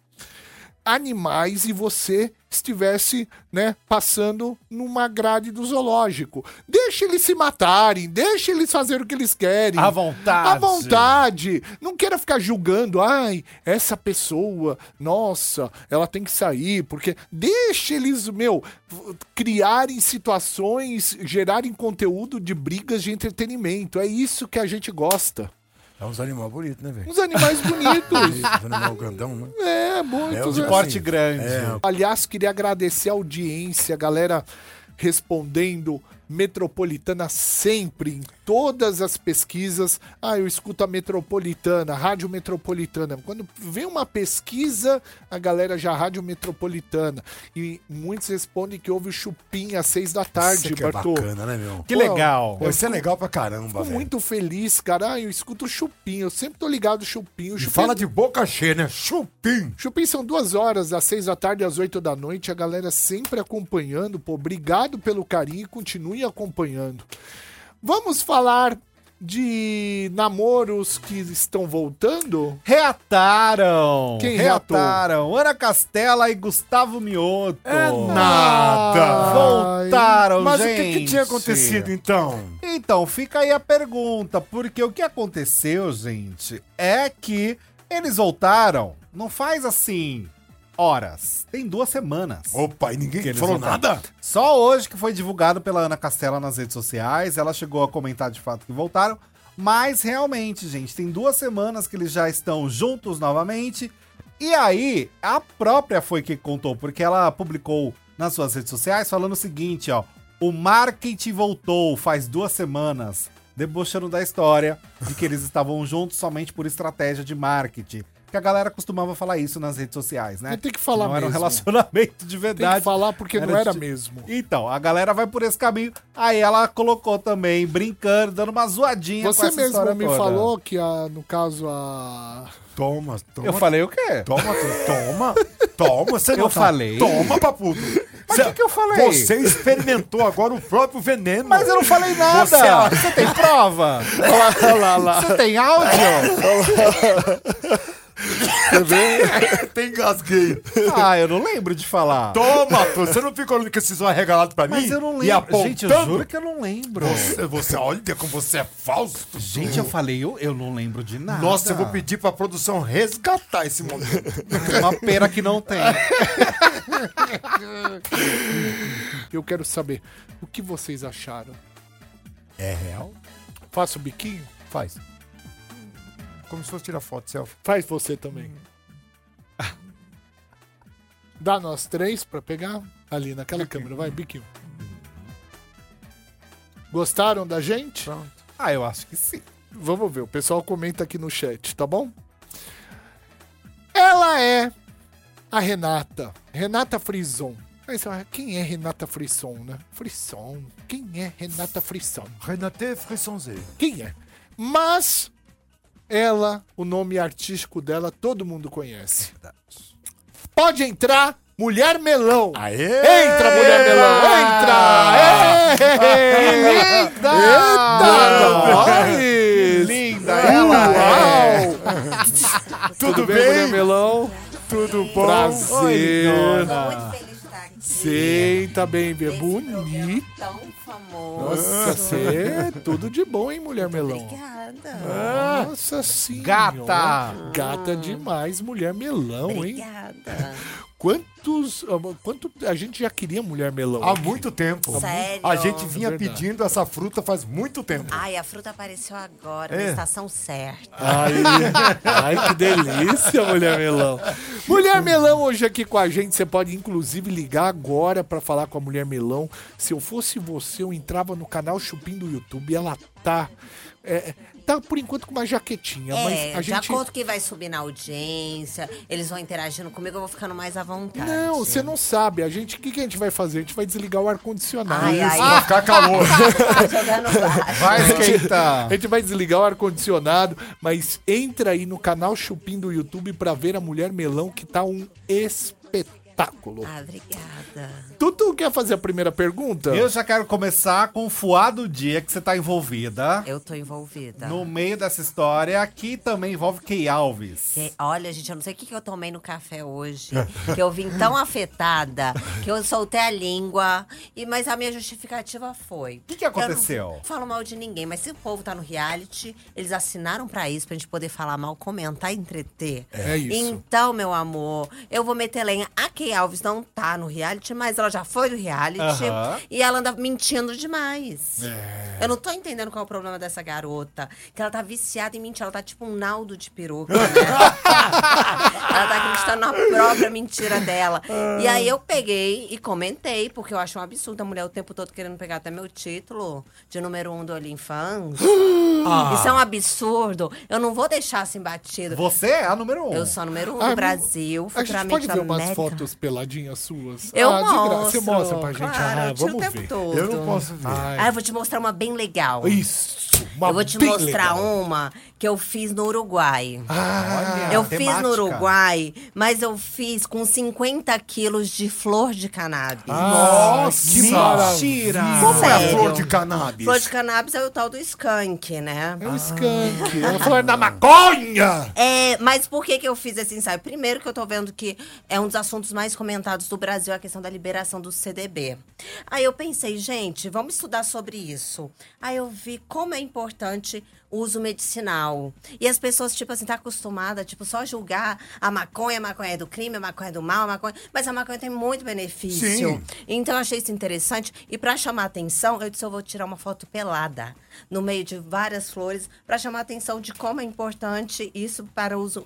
[SPEAKER 3] animais e você estivesse, né, passando numa grade do zoológico. Deixa eles se matarem, deixa eles fazerem o que eles querem.
[SPEAKER 7] À vontade.
[SPEAKER 3] À vontade. Não queira ficar julgando, ai, essa pessoa, nossa, ela tem que sair, porque deixa eles, meu, v- criarem situações, gerarem conteúdo de brigas de entretenimento. É isso que a gente gosta.
[SPEAKER 4] É uns animais bonitos, né, velho?
[SPEAKER 3] Uns animais bonitos.
[SPEAKER 4] Uns animal grandão, né?
[SPEAKER 3] é, muitos
[SPEAKER 4] É, os
[SPEAKER 3] né?
[SPEAKER 7] Porte grande.
[SPEAKER 3] Aliás, queria agradecer a audiência, a galera respondendo Metropolitana sempre, em todas as pesquisas. Ah, eu escuto a Metropolitana, Rádio Metropolitana. Quando vem uma pesquisa, a galera já Rádio Metropolitana. E muitos respondem que houve o Chupim às seis da tarde,
[SPEAKER 4] Isso que é
[SPEAKER 3] Bartô.
[SPEAKER 4] bacana, né, meu?
[SPEAKER 7] Que legal.
[SPEAKER 4] Pô, isso é legal pra caramba,
[SPEAKER 3] Fico
[SPEAKER 4] velho.
[SPEAKER 3] muito feliz, cara. Ah, eu escuto o Chupim, eu sempre tô ligado no Chupim. O
[SPEAKER 4] E
[SPEAKER 3] Chupim é
[SPEAKER 4] fala de boca cheia, né? Chupim.
[SPEAKER 3] Chupim, são duas horas, das seis da tarde às oito da noite. A galera sempre acompanhando. Pô, obrigado pelo carinho e continue acompanhando. Vamos falar de namoros que estão voltando?
[SPEAKER 7] Reataram.
[SPEAKER 3] Quem reatou?
[SPEAKER 7] reataram? Ana Castela e Gustavo Mioto. Ah,
[SPEAKER 4] Nada.
[SPEAKER 7] Voltaram,
[SPEAKER 4] É Mas
[SPEAKER 7] gente.
[SPEAKER 4] o que, que tinha acontecido, então?
[SPEAKER 7] Então, fica aí a pergunta, porque o que aconteceu, gente, é que eles voltaram, não faz assim, horas, tem duas semanas.
[SPEAKER 4] Opa, e ninguém
[SPEAKER 7] eles
[SPEAKER 4] falou
[SPEAKER 7] não
[SPEAKER 4] nada?
[SPEAKER 7] Só hoje que foi divulgado pela Ana Castela nas redes sociais, ela chegou a comentar de fato que voltaram, mas realmente, gente, tem duas semanas que eles já estão juntos novamente. E aí, a própria foi que contou, porque ela publicou nas suas redes sociais falando o seguinte, ó: "O marketing voltou faz duas semanas, debochando da história de que eles estavam juntos somente por estratégia de marketing." Que a galera costumava falar isso nas redes sociais, né?
[SPEAKER 3] Não tem que falar
[SPEAKER 7] Não era um
[SPEAKER 3] mesmo.
[SPEAKER 7] relacionamento de
[SPEAKER 3] Tem que
[SPEAKER 7] verdade.
[SPEAKER 3] falar porque não
[SPEAKER 7] Era
[SPEAKER 3] era
[SPEAKER 7] de-
[SPEAKER 3] mesmo.
[SPEAKER 7] Então, a galera vai por esse caminho. Aí ela colocou também, brincando, dando uma zoadinha é com
[SPEAKER 3] Você
[SPEAKER 7] essa
[SPEAKER 3] mesmo
[SPEAKER 7] história
[SPEAKER 3] me
[SPEAKER 7] toda.
[SPEAKER 3] falou que, a, no caso, a.
[SPEAKER 4] Toma, toma.
[SPEAKER 7] Eu falei o quê?
[SPEAKER 4] Toma, tu- toma, toma. Você
[SPEAKER 7] Eu falei.
[SPEAKER 4] Toma, papudo.
[SPEAKER 7] Mas
[SPEAKER 4] Cê-
[SPEAKER 7] que que eu falei?
[SPEAKER 4] Você experimentou agora o próprio veneno.
[SPEAKER 7] Mas eu não falei nada!
[SPEAKER 4] Você, é ó,
[SPEAKER 7] Você tem prova? Você tem áudio?
[SPEAKER 4] Até engasguei.
[SPEAKER 7] Ah, eu não lembro de falar.
[SPEAKER 4] Toma, tu. Você não ficou olhando com esses olhos arregalados é pra mim?
[SPEAKER 7] Mas eu não
[SPEAKER 4] E
[SPEAKER 7] lembro.
[SPEAKER 4] apontando?
[SPEAKER 7] Gente, eu juro que eu não lembro.
[SPEAKER 4] Você, você- olha como você é falso.
[SPEAKER 7] Gente, eu falei, eu, eu não lembro de nada.
[SPEAKER 4] Nossa, eu vou pedir pra produção resgatar esse momento.
[SPEAKER 7] Uma pena que não tem.
[SPEAKER 3] Eu quero saber o que vocês acharam.
[SPEAKER 4] É real?
[SPEAKER 3] Faça o biquinho?
[SPEAKER 4] Faz. Como se fosse tirar foto, selfie.
[SPEAKER 3] Faz você também.
[SPEAKER 9] Uhum.
[SPEAKER 3] Dá nós três pra pegar ali naquela câmera, vai, biquinho. Gostaram da gente?
[SPEAKER 9] Ah, eu acho que sim.
[SPEAKER 3] Vamos ver, o pessoal comenta aqui no chat, tá bom? Ela é a Renata. Renata Frison. Aí você fala, quem é Renata Frisson, né? Frisson. Quem é Renata Frisson?
[SPEAKER 4] Renate Frissonzé.
[SPEAKER 3] Quem é? Mas ela, o nome artístico dela, todo mundo conhece. Pode entrar, Mulher Melão.
[SPEAKER 4] Aê!
[SPEAKER 3] Entra, Mulher Melão, entra! É! Que linda! Eita, nós!
[SPEAKER 9] Linda ela.
[SPEAKER 3] Uau!
[SPEAKER 4] Tudo,
[SPEAKER 3] Tudo bem, é Mulher
[SPEAKER 4] bem?
[SPEAKER 3] Melão?
[SPEAKER 4] Tudo bom?
[SPEAKER 3] Prazer.
[SPEAKER 7] Muito feliz de estar aqui.
[SPEAKER 3] Senta bem, bem
[SPEAKER 7] Esse programa é
[SPEAKER 3] bonita.
[SPEAKER 7] Tão famoso.
[SPEAKER 3] Nossa, você é tudo de bom, hein, Mulher Melão?
[SPEAKER 7] Obrigada.
[SPEAKER 3] Nossa senhora.
[SPEAKER 9] Gata.
[SPEAKER 3] Gata demais, Mulher Melão, hein?
[SPEAKER 7] Obrigada.
[SPEAKER 3] Quantos. ah, Quanto, a gente já queria mulher melão.
[SPEAKER 4] Há muito tempo.
[SPEAKER 7] Sério?
[SPEAKER 4] A gente
[SPEAKER 7] É
[SPEAKER 4] vinha
[SPEAKER 3] Verdade.
[SPEAKER 4] pedindo essa fruta faz muito tempo.
[SPEAKER 7] Ai, a fruta apareceu agora, na
[SPEAKER 4] É.
[SPEAKER 7] estação certa.
[SPEAKER 3] Ai, ai, que delícia, mulher melão. Mulher melão hoje aqui com a gente. Você pode, inclusive, ligar agora pra falar com a mulher melão. Se eu fosse você, eu entrava no canal Chupim do YouTube. Ela tá. é, tá por enquanto com uma jaquetinha, mas
[SPEAKER 7] É,
[SPEAKER 3] a
[SPEAKER 7] de
[SPEAKER 3] gente.
[SPEAKER 7] acordo que vai subir na audiência, eles vão interagindo comigo, eu vou ficando mais à vontade.
[SPEAKER 3] Não, você não sabe. A gente, o que, que a gente vai fazer? A gente vai desligar o ar-condicionado.
[SPEAKER 7] Ai, ai,
[SPEAKER 4] Vai ficar calor.
[SPEAKER 7] tá jogando baixo.
[SPEAKER 9] Vai esquentar.
[SPEAKER 3] A gente vai desligar o ar-condicionado, mas entra aí no canal Chupim do YouTube pra ver a Mulher Melão, que tá um espetáculo.
[SPEAKER 7] Ah, obrigada.
[SPEAKER 3] Tutu, quer fazer a primeira pergunta?
[SPEAKER 9] Eu já quero começar com o fuá do dia que você tá envolvida.
[SPEAKER 7] Eu tô envolvida.
[SPEAKER 9] No meio dessa história, que também envolve Key Alves.
[SPEAKER 7] Que- olha, gente, eu não sei o que, que eu tomei no café hoje. que eu vim tão afetada que eu soltei a língua. E, mas a minha justificativa foi. O
[SPEAKER 9] Que que aconteceu?
[SPEAKER 7] Eu não falo mal de ninguém, mas se o povo tá no reality, eles assinaram pra isso, pra gente poder falar mal, comentar e entreter.
[SPEAKER 3] É isso.
[SPEAKER 7] Então, meu amor, eu vou meter lenha. A Key Alves não tá no reality, mas ela já foi do reality.
[SPEAKER 9] Aham.
[SPEAKER 7] E ela anda mentindo demais. Eu não tô entendendo qual é o problema dessa garota. Que ela tá viciada em mentir. Ela tá tipo um naldo de peruca, né? ela tá acreditando na própria mentira dela. E aí eu peguei e comentei, porque eu acho um absurdo a mulher o tempo todo querendo pegar até meu título de número um do OnlyFans. Isso é um absurdo. Eu não vou deixar assim batido.
[SPEAKER 9] Você é a número um.
[SPEAKER 7] Eu sou a número um
[SPEAKER 3] Ah,
[SPEAKER 7] do Brasil,
[SPEAKER 3] A gente
[SPEAKER 7] futuramente
[SPEAKER 3] pode
[SPEAKER 7] da
[SPEAKER 3] ver umas
[SPEAKER 7] América.
[SPEAKER 3] fotos peladinhas suas?
[SPEAKER 7] Eu
[SPEAKER 3] ah,
[SPEAKER 7] mostro.
[SPEAKER 3] Você mostra pra gente.
[SPEAKER 7] Claro,
[SPEAKER 3] ah,
[SPEAKER 7] eu tiro o
[SPEAKER 3] vamos
[SPEAKER 7] tempo
[SPEAKER 3] ver.
[SPEAKER 7] todo.
[SPEAKER 4] Eu não posso ver.
[SPEAKER 3] Ai,
[SPEAKER 7] Ah, eu vou te mostrar uma bem legal.
[SPEAKER 3] né? Isso. uma
[SPEAKER 7] eu vou te
[SPEAKER 3] bem
[SPEAKER 7] mostrar
[SPEAKER 3] legal.
[SPEAKER 7] um
[SPEAKER 3] Ah,
[SPEAKER 7] uma que eu fiz no Uruguai.
[SPEAKER 9] Olha,
[SPEAKER 7] eu
[SPEAKER 9] temática.
[SPEAKER 7] fiz no Uruguai, mas eu fiz com 50 quilos de flor de cannabis.
[SPEAKER 3] Ah,
[SPEAKER 4] Nossa,
[SPEAKER 9] Que mentira!
[SPEAKER 4] Como é a
[SPEAKER 7] Sério.
[SPEAKER 4] flor de cannabis?
[SPEAKER 7] Flor de cannabis é o tal do skunk, né?
[SPEAKER 3] É um skunk. É a
[SPEAKER 4] Ah,
[SPEAKER 3] flor da maconha.
[SPEAKER 7] É, mas por que, que eu fiz esse ensaio? Primeiro que eu tô vendo que é um dos assuntos mais comentados do Brasil, a questão da liberação do CDB. Aí eu pensei, gente, vamos estudar sobre isso. Aí eu vi como é importante o uso medicinal. E as pessoas, tipo assim, tá acostumada, tipo, só julgar a maconha, a maconha é do crime, a maconha é do mal, a maconha... Mas a maconha tem muito benefício.
[SPEAKER 4] Sim.
[SPEAKER 7] Então eu achei isso interessante e pra chamar atenção, eu disse eu vou tirar uma foto pelada no meio de várias flores pra chamar atenção de como é importante isso para uso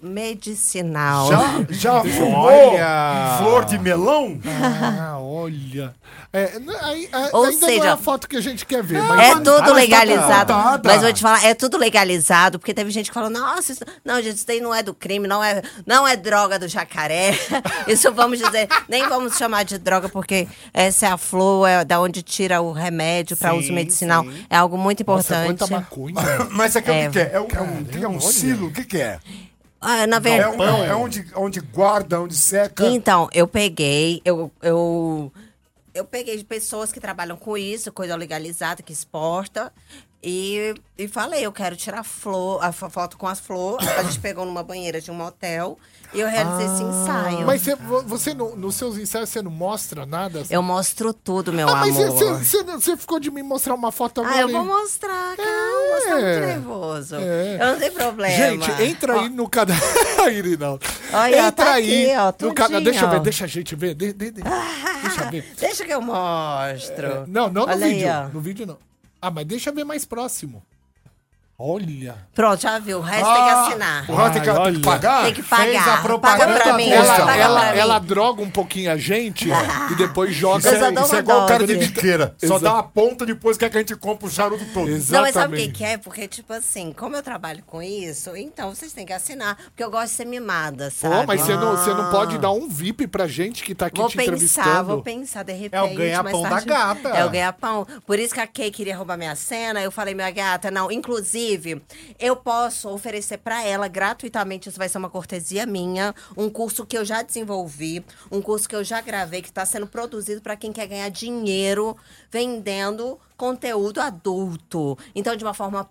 [SPEAKER 7] medicinal.
[SPEAKER 4] Já, já fumou
[SPEAKER 9] Olha!
[SPEAKER 4] flor de melão?
[SPEAKER 3] Ah, olha. É, n- aí- a-
[SPEAKER 7] Ou
[SPEAKER 3] ainda não é
[SPEAKER 7] seja,
[SPEAKER 3] a foto que a gente quer ver. mas tá
[SPEAKER 7] É
[SPEAKER 3] vamos-
[SPEAKER 7] tudo legalizado.
[SPEAKER 3] tá
[SPEAKER 4] tratada.
[SPEAKER 7] Mas vou te falar, é tudo legalizado, porque teve gente que falou: nossa, isso, não, gente, isso daí não é do crime, não é, não é droga do jacaré. Isso vamos dizer, nem vamos chamar de droga, porque essa é a flor, é da onde tira o remédio para
[SPEAKER 9] Sim,
[SPEAKER 7] uso medicinal.
[SPEAKER 9] sim.
[SPEAKER 7] É algo muito
[SPEAKER 3] Nossa,
[SPEAKER 7] importante.
[SPEAKER 3] quanta maconha.
[SPEAKER 4] Mas isso aqui é o
[SPEAKER 7] É.
[SPEAKER 4] que que é? É um, é um, que é um silo? O que, que é?
[SPEAKER 7] Ah, na
[SPEAKER 4] É,
[SPEAKER 7] verdade.
[SPEAKER 4] um, é onde, onde guarda, onde seca.
[SPEAKER 7] Então, eu peguei, eu, eu, eu peguei de pessoas que trabalham com isso, coisa legalizada, que exporta. E, e falei, eu quero tirar flor, a fo- foto com as flores. A gente pegou numa banheira de um motel e eu realizei esse ensaio.
[SPEAKER 3] Ah. Mas cê- vo- você, no- nos seus ensaios, você não mostra nada?
[SPEAKER 7] Eu mostro tudo, meu
[SPEAKER 3] ah, mas
[SPEAKER 7] amor.
[SPEAKER 3] você- você você ficou de me mostrar uma foto agora.
[SPEAKER 7] Ah, eu
[SPEAKER 3] hein?
[SPEAKER 7] vou mostrar, calma, você tá
[SPEAKER 3] É.
[SPEAKER 7] muito nervoso.
[SPEAKER 3] É.
[SPEAKER 7] Eu não tenho problema.
[SPEAKER 3] Gente, entra aí no canal. aí, Irinaldo.
[SPEAKER 7] Olha, ó,
[SPEAKER 3] entra
[SPEAKER 7] tá
[SPEAKER 3] aí
[SPEAKER 7] aqui, ó,
[SPEAKER 3] no canal.
[SPEAKER 7] tudinho,
[SPEAKER 3] Deixa eu ver,
[SPEAKER 7] ó.
[SPEAKER 3] deixa a gente ver. De, de- de- Deixa eu ver.
[SPEAKER 7] Deixa que eu mostro.
[SPEAKER 3] É, Não, não no
[SPEAKER 7] Olha aí,
[SPEAKER 3] vídeo.
[SPEAKER 7] ó.
[SPEAKER 3] no vídeo não. Ah, mas deixa eu ver mais próximo. Olha.
[SPEAKER 7] Pronto, já viu. O resto tem que
[SPEAKER 3] Ah.
[SPEAKER 7] assinar.
[SPEAKER 4] O resto tem que,
[SPEAKER 3] Ai,
[SPEAKER 4] tem que
[SPEAKER 3] olha.
[SPEAKER 4] pagar?
[SPEAKER 7] Tem que pagar.
[SPEAKER 9] Fez a
[SPEAKER 7] Paga
[SPEAKER 9] propaganda
[SPEAKER 7] pra mim.
[SPEAKER 3] Ela,
[SPEAKER 7] paga
[SPEAKER 3] ela-
[SPEAKER 4] é-
[SPEAKER 7] pra mim.
[SPEAKER 3] ela droga um pouquinho a gente e depois joga.
[SPEAKER 4] Isso
[SPEAKER 7] Eu só
[SPEAKER 4] é,
[SPEAKER 7] dou
[SPEAKER 4] isso
[SPEAKER 7] uma
[SPEAKER 4] é igual o cara de
[SPEAKER 7] dobra.
[SPEAKER 4] biqueira. Só
[SPEAKER 3] Exato.
[SPEAKER 4] dá uma ponta depois quer que a gente compra o charuto todo.
[SPEAKER 7] Não, mas sabe o que, que é? Porque, tipo assim, como eu trabalho com isso, então vocês têm que assinar. Porque eu gosto de ser mimada, sabe? Ah.
[SPEAKER 3] Pô, mas você não, você não pode dar um VIP pra gente que tá aqui
[SPEAKER 7] Vou
[SPEAKER 3] te
[SPEAKER 7] pensar,
[SPEAKER 3] entrevistando. É
[SPEAKER 7] vou pensar, de repente.
[SPEAKER 9] ganha-pão
[SPEAKER 7] mais tarde-
[SPEAKER 9] da gata.
[SPEAKER 7] É o ganha-pão. Por isso que a Kay queria roubar minha cena. Eu falei, minha gata, não. Inclusive, eu posso oferecer pra ela gratuitamente, isso vai ser uma cortesia minha, um curso que eu já desenvolvi, um curso que eu já gravei, que tá sendo produzido pra quem quer ganhar dinheiro vendendo conteúdo adulto. Então, de uma forma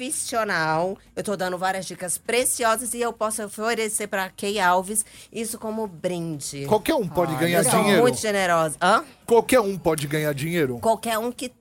[SPEAKER 7] profissional, eu tô dando várias dicas preciosas e eu posso oferecer pra Kay Alves isso como brinde.
[SPEAKER 3] Qualquer um pode ganhar
[SPEAKER 7] Eu sou
[SPEAKER 3] dinheiro.
[SPEAKER 7] muito generosa. Hã?
[SPEAKER 3] Qualquer um pode ganhar dinheiro.
[SPEAKER 7] Qualquer um que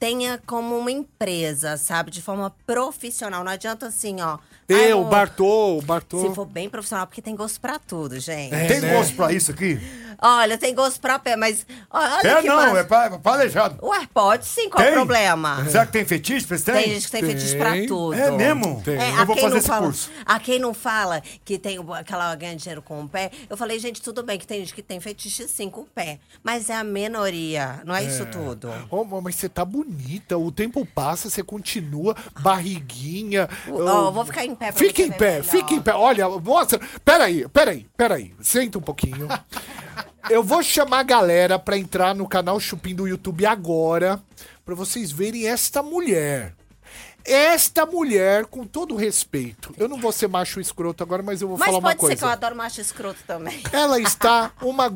[SPEAKER 7] tenha como uma empresa, sabe? De forma profissional. Não adianta assim, ó. ai,
[SPEAKER 3] Eu,
[SPEAKER 7] amor,
[SPEAKER 3] Bartô, o Bartô.
[SPEAKER 7] Se for bem profissional, porque tem gosto pra tudo, gente.
[SPEAKER 3] É,
[SPEAKER 4] Tem
[SPEAKER 3] né?
[SPEAKER 4] gosto pra isso aqui?
[SPEAKER 7] Olha, tem gosto pra pé, mas. ó, Olha
[SPEAKER 4] É,
[SPEAKER 7] que
[SPEAKER 4] não,
[SPEAKER 7] massa.
[SPEAKER 4] é pa- é planejado.
[SPEAKER 7] Ué, pode sim, qual o
[SPEAKER 4] Tem? É.
[SPEAKER 7] problema?
[SPEAKER 4] Será que tem fetiche? Vocês têm?
[SPEAKER 7] Tem gente que tem, fetiche pra tudo.
[SPEAKER 4] É mesmo?
[SPEAKER 7] É,
[SPEAKER 4] Eu
[SPEAKER 7] a
[SPEAKER 4] vou
[SPEAKER 7] quem
[SPEAKER 4] fazer
[SPEAKER 7] não
[SPEAKER 4] esse
[SPEAKER 7] fala,
[SPEAKER 4] curso.
[SPEAKER 7] A quem não fala que tem o- aquela ganha dinheiro com o pé, eu falei, gente, tudo bem que tem gente que tem fetiche sim com o pé. Mas é a minoria, não é, isso tudo.
[SPEAKER 3] Ô, mô, mas você tá bonita, o tempo passa, você continua, barriguinha.
[SPEAKER 7] Ó, eu vou ficar em pé pra
[SPEAKER 3] Fica
[SPEAKER 7] você
[SPEAKER 3] em
[SPEAKER 7] ver
[SPEAKER 3] pé,
[SPEAKER 7] melhor.
[SPEAKER 3] fica em pé. Olha, mostra. Peraí, peraí, peraí. Senta um pouquinho. Eu vou chamar a galera pra entrar no canal Chupim do YouTube agora, pra vocês verem esta mulher. Esta mulher, com todo respeito. Eu não vou ser macho escroto agora, mas eu vou
[SPEAKER 7] Mas
[SPEAKER 3] falar uma
[SPEAKER 7] pode
[SPEAKER 3] coisa.
[SPEAKER 7] ser que eu adoro macho escroto também.
[SPEAKER 3] Ela está uma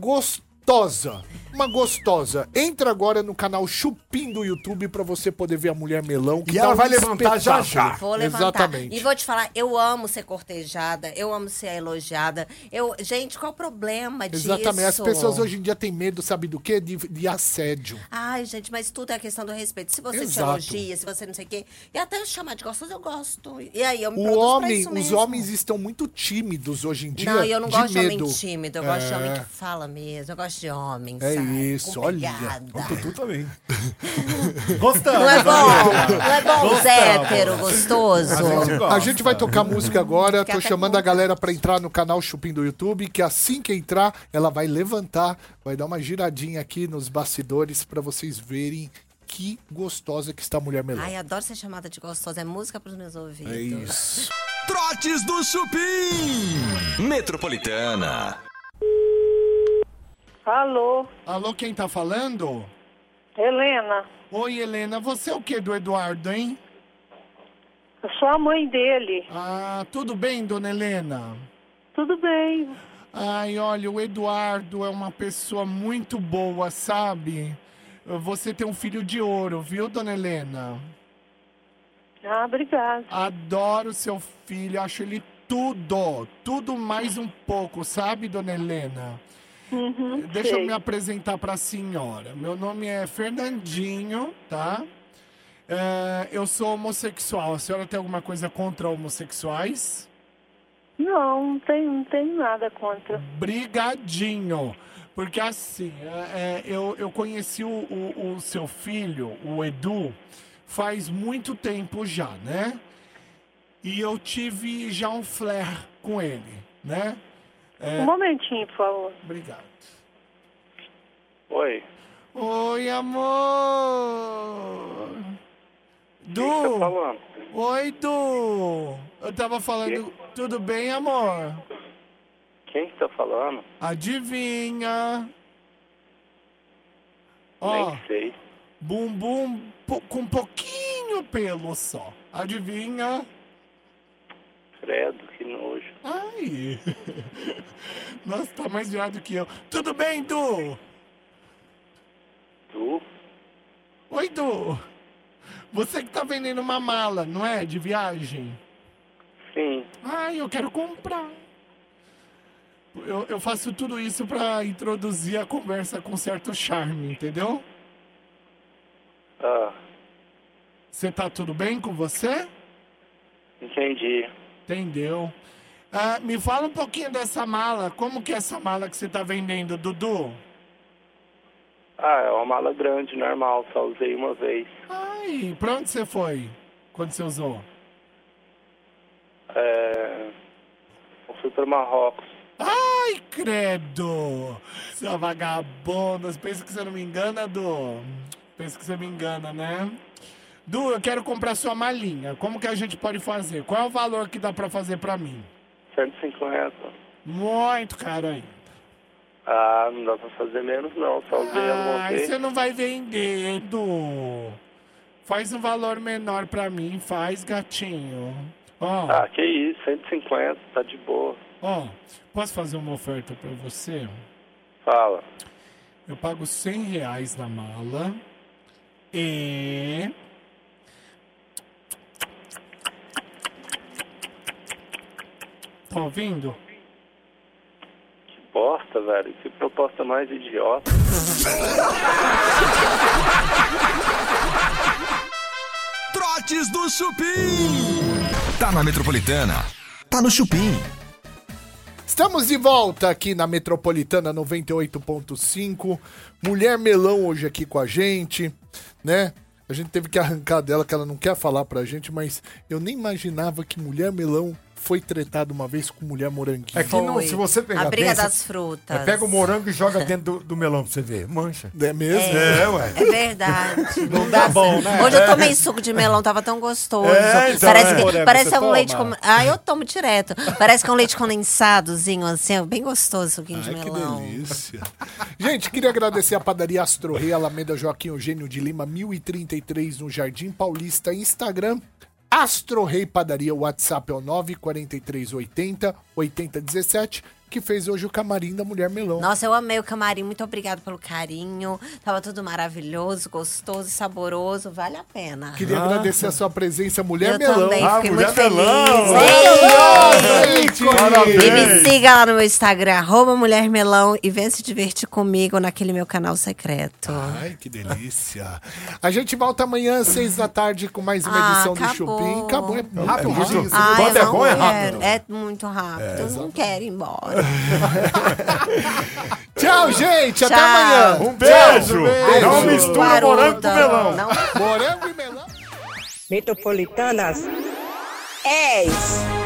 [SPEAKER 3] gostosa. Uma gostosa. Entra agora no canal Chupim do YouTube pra você poder ver a mulher melão. Que
[SPEAKER 4] E ela
[SPEAKER 3] um
[SPEAKER 4] vai levantar já,
[SPEAKER 3] espetáculo.
[SPEAKER 4] já.
[SPEAKER 7] Vou levantar.
[SPEAKER 3] Ah, Exatamente.
[SPEAKER 7] E vou te falar, eu amo ser cortejada, eu amo ser elogiada. Eu, gente, qual o problema disso?
[SPEAKER 3] Exatamente. As pessoas hoje em dia têm medo, sabe do quê? De, de assédio.
[SPEAKER 7] Ai, gente, mas tudo é questão do respeito. Se você te
[SPEAKER 3] Exato.
[SPEAKER 7] elogia, se você não sei o quê, e até chamar de gostoso, eu gosto. E aí, eu me
[SPEAKER 3] O
[SPEAKER 7] produzo pra
[SPEAKER 3] homem,
[SPEAKER 7] isso
[SPEAKER 3] os
[SPEAKER 7] mesmo.
[SPEAKER 3] homens estão muito tímidos hoje em dia.
[SPEAKER 7] Não, e eu não
[SPEAKER 3] de
[SPEAKER 7] gosto de
[SPEAKER 3] medo.
[SPEAKER 7] homem tímido, eu gosto de homem que fala mesmo, eu gosto de homem,
[SPEAKER 3] É
[SPEAKER 7] sabe? Com
[SPEAKER 3] isso, olha.
[SPEAKER 7] pegada.
[SPEAKER 4] Tu também.
[SPEAKER 9] Gostamos.
[SPEAKER 7] Não é bom, não é bom os
[SPEAKER 9] Gostamos.
[SPEAKER 7] hétero, gostoso.
[SPEAKER 3] A gente vai tocar música agora.
[SPEAKER 7] Fica
[SPEAKER 3] Tô
[SPEAKER 7] até
[SPEAKER 3] chamando
[SPEAKER 7] com
[SPEAKER 3] a galera pra entrar no canal Chupim do YouTube, que assim que entrar, ela vai levantar, vai dar uma giradinha aqui nos bastidores pra vocês verem que gostosa que está a mulher melão.
[SPEAKER 7] Ai, adoro ser chamada de gostosa, é música pros meus ouvidos.
[SPEAKER 3] É isso.
[SPEAKER 1] Trotes do Chupim. Metropolitana.
[SPEAKER 10] Alô,
[SPEAKER 3] Alô, quem tá falando?
[SPEAKER 10] Helena,
[SPEAKER 3] Oi, Helena, você é o que do Eduardo, hein?
[SPEAKER 10] eu sou a mãe dele.
[SPEAKER 3] Ah, tudo bem, dona Helena?
[SPEAKER 10] Tudo bem.
[SPEAKER 3] Ai, olha, o Eduardo é uma pessoa muito boa, sabe? Você tem um filho de ouro, viu, dona Helena?
[SPEAKER 10] Ah, obrigada.
[SPEAKER 3] Adoro seu filho, acho ele tudo, tudo mais um pouco, sabe, dona Helena? Deixa eu
[SPEAKER 10] sei.
[SPEAKER 3] me apresentar para a senhora. Meu nome é Fernandinho, tá? É, eu sou homossexual. A senhora tem alguma coisa contra homossexuais?
[SPEAKER 10] Não, não tenho, não tenho nada contra.
[SPEAKER 3] Brigadinho. Porque assim, é, é, eu, eu conheci o, o- o seu filho, o Edu, faz muito tempo já, né? E eu tive já um flare com ele, né?
[SPEAKER 10] Um momentinho, por favor.
[SPEAKER 3] Obrigado.
[SPEAKER 5] Oi.
[SPEAKER 3] Oi, amor! Du!
[SPEAKER 5] Falando.
[SPEAKER 3] Oi, Du! Eu tava falando. Tudo bem, amor?
[SPEAKER 5] Quem que tá falando?
[SPEAKER 3] Adivinha? Ó,
[SPEAKER 5] Nem sei.
[SPEAKER 3] bumbum po- com pouquinho pelo só. Adivinha?
[SPEAKER 5] Credo, que nojo.
[SPEAKER 3] Ai! Nossa, tá mais viado que eu. Tudo bem, Du?
[SPEAKER 5] Tu?
[SPEAKER 3] Oi, Du! Você que tá vendendo uma mala, não é? De viagem?
[SPEAKER 5] Sim.
[SPEAKER 3] Ai, eu quero comprar. Eu, eu faço tudo isso pra introduzir a conversa com certo charme, entendeu?
[SPEAKER 5] Ah,
[SPEAKER 3] Você tá tudo bem com você?
[SPEAKER 5] entendi.
[SPEAKER 3] Entendeu? Ah, me fala um pouquinho dessa mala. Como que é essa mala que você tá vendendo, Dudu?
[SPEAKER 5] Ah, é uma mala grande, normal. Só usei uma vez.
[SPEAKER 3] Ai, pra onde você foi quando você usou?
[SPEAKER 11] É,
[SPEAKER 5] Um
[SPEAKER 11] eu fui para Marrocos.
[SPEAKER 8] Ai, credo! Seu vagabundo, pensa que você não me engana, Du? Pensa que você me engana, né? Du, eu quero comprar sua malinha. Como que a gente pode fazer? Qual é o valor que dá pra fazer pra mim?
[SPEAKER 11] 150.
[SPEAKER 8] Muito caro ainda.
[SPEAKER 11] Ah, não dá pra fazer menos não, só ver
[SPEAKER 8] Ah,
[SPEAKER 11] alguma
[SPEAKER 8] aí
[SPEAKER 11] vez.
[SPEAKER 8] você não vai vender, hein, Du? Faz um valor menor pra mim, faz, gatinho. Ó,
[SPEAKER 11] Ah, que isso, 150, tá de boa.
[SPEAKER 8] ó, posso fazer uma oferta pra você?
[SPEAKER 11] Fala.
[SPEAKER 8] Eu pago 100 reais na mala e. Tá ouvindo?
[SPEAKER 11] Bosta, velho, que proposta mais idiota.
[SPEAKER 1] Trotes do Chupim. Tá na Metropolitana. Tá no Chupim.
[SPEAKER 3] Estamos de volta aqui na Metropolitana 98.5. Mulher Melão hoje aqui com a gente, né? A gente teve que arrancar dela, que ela não quer falar pra gente, mas eu nem imaginava que Mulher Melão foi tretada uma vez com Mulher Moranguinho.
[SPEAKER 4] É que não, se você pegar
[SPEAKER 7] A briga
[SPEAKER 4] bem,
[SPEAKER 7] das
[SPEAKER 4] você-
[SPEAKER 7] frutas.
[SPEAKER 4] é, pega o morango e joga dentro do, do melão pra você ver. Mancha.
[SPEAKER 3] É mesmo?
[SPEAKER 4] É, ué.
[SPEAKER 7] É verdade.
[SPEAKER 4] Não dá bom, né?
[SPEAKER 7] Hoje eu
[SPEAKER 4] É.
[SPEAKER 7] tomei suco de melão, tava tão gostoso.
[SPEAKER 4] É, então,
[SPEAKER 7] parece
[SPEAKER 4] é.
[SPEAKER 7] que,
[SPEAKER 4] Morango,
[SPEAKER 7] parece
[SPEAKER 4] você
[SPEAKER 7] é um leite.
[SPEAKER 4] toma?
[SPEAKER 7] Com... Ah, eu tomo direto. Parece que é um leite condensadozinho, assim, é bem gostoso, suquinho de melão.
[SPEAKER 3] delícia. Gente, queria agradecer a padaria Astro Rei, Alameda Joaquim Eugênio de Lima, 1033, no Jardim Paulista, Instagram. Astro Rei Padaria, o WhatsApp é o 94380 8017, que fez hoje o camarim da Mulher Melão.
[SPEAKER 7] Nossa, eu amei o camarim. Muito obrigado pelo carinho. Tava tudo maravilhoso, gostoso, e saboroso. Vale a pena.
[SPEAKER 3] Queria agradecer a sua presença, Mulher
[SPEAKER 7] Eu
[SPEAKER 3] Melão.
[SPEAKER 7] também,
[SPEAKER 4] Ah,
[SPEAKER 7] fiquei muito
[SPEAKER 4] é
[SPEAKER 7] feliz.
[SPEAKER 3] Maravilhosa,
[SPEAKER 7] Ei!
[SPEAKER 3] gente!
[SPEAKER 7] E me siga lá no meu Instagram, arroba Mulher Melão, e vem se divertir comigo naquele meu canal secreto.
[SPEAKER 3] Ai, que delícia. A gente volta amanhã às seis da tarde com mais uma
[SPEAKER 7] Ah,
[SPEAKER 3] edição do
[SPEAKER 7] acabou.
[SPEAKER 3] Chupim. Acabou, é rápido.
[SPEAKER 7] É
[SPEAKER 3] rápido.
[SPEAKER 7] Ai,
[SPEAKER 3] Quando
[SPEAKER 7] eu
[SPEAKER 3] é
[SPEAKER 7] não
[SPEAKER 3] bom, é
[SPEAKER 7] quero.
[SPEAKER 3] rápido.
[SPEAKER 7] É muito rápido. eu não quero ir embora.
[SPEAKER 3] Tchau, gente. Até
[SPEAKER 7] Tchau.
[SPEAKER 3] amanhã.
[SPEAKER 7] Um beijo.
[SPEAKER 3] Beijo.
[SPEAKER 7] Não mistura Guaruda, morango com melão. não.
[SPEAKER 3] Morango e melão.
[SPEAKER 12] Metropolitanas. 10.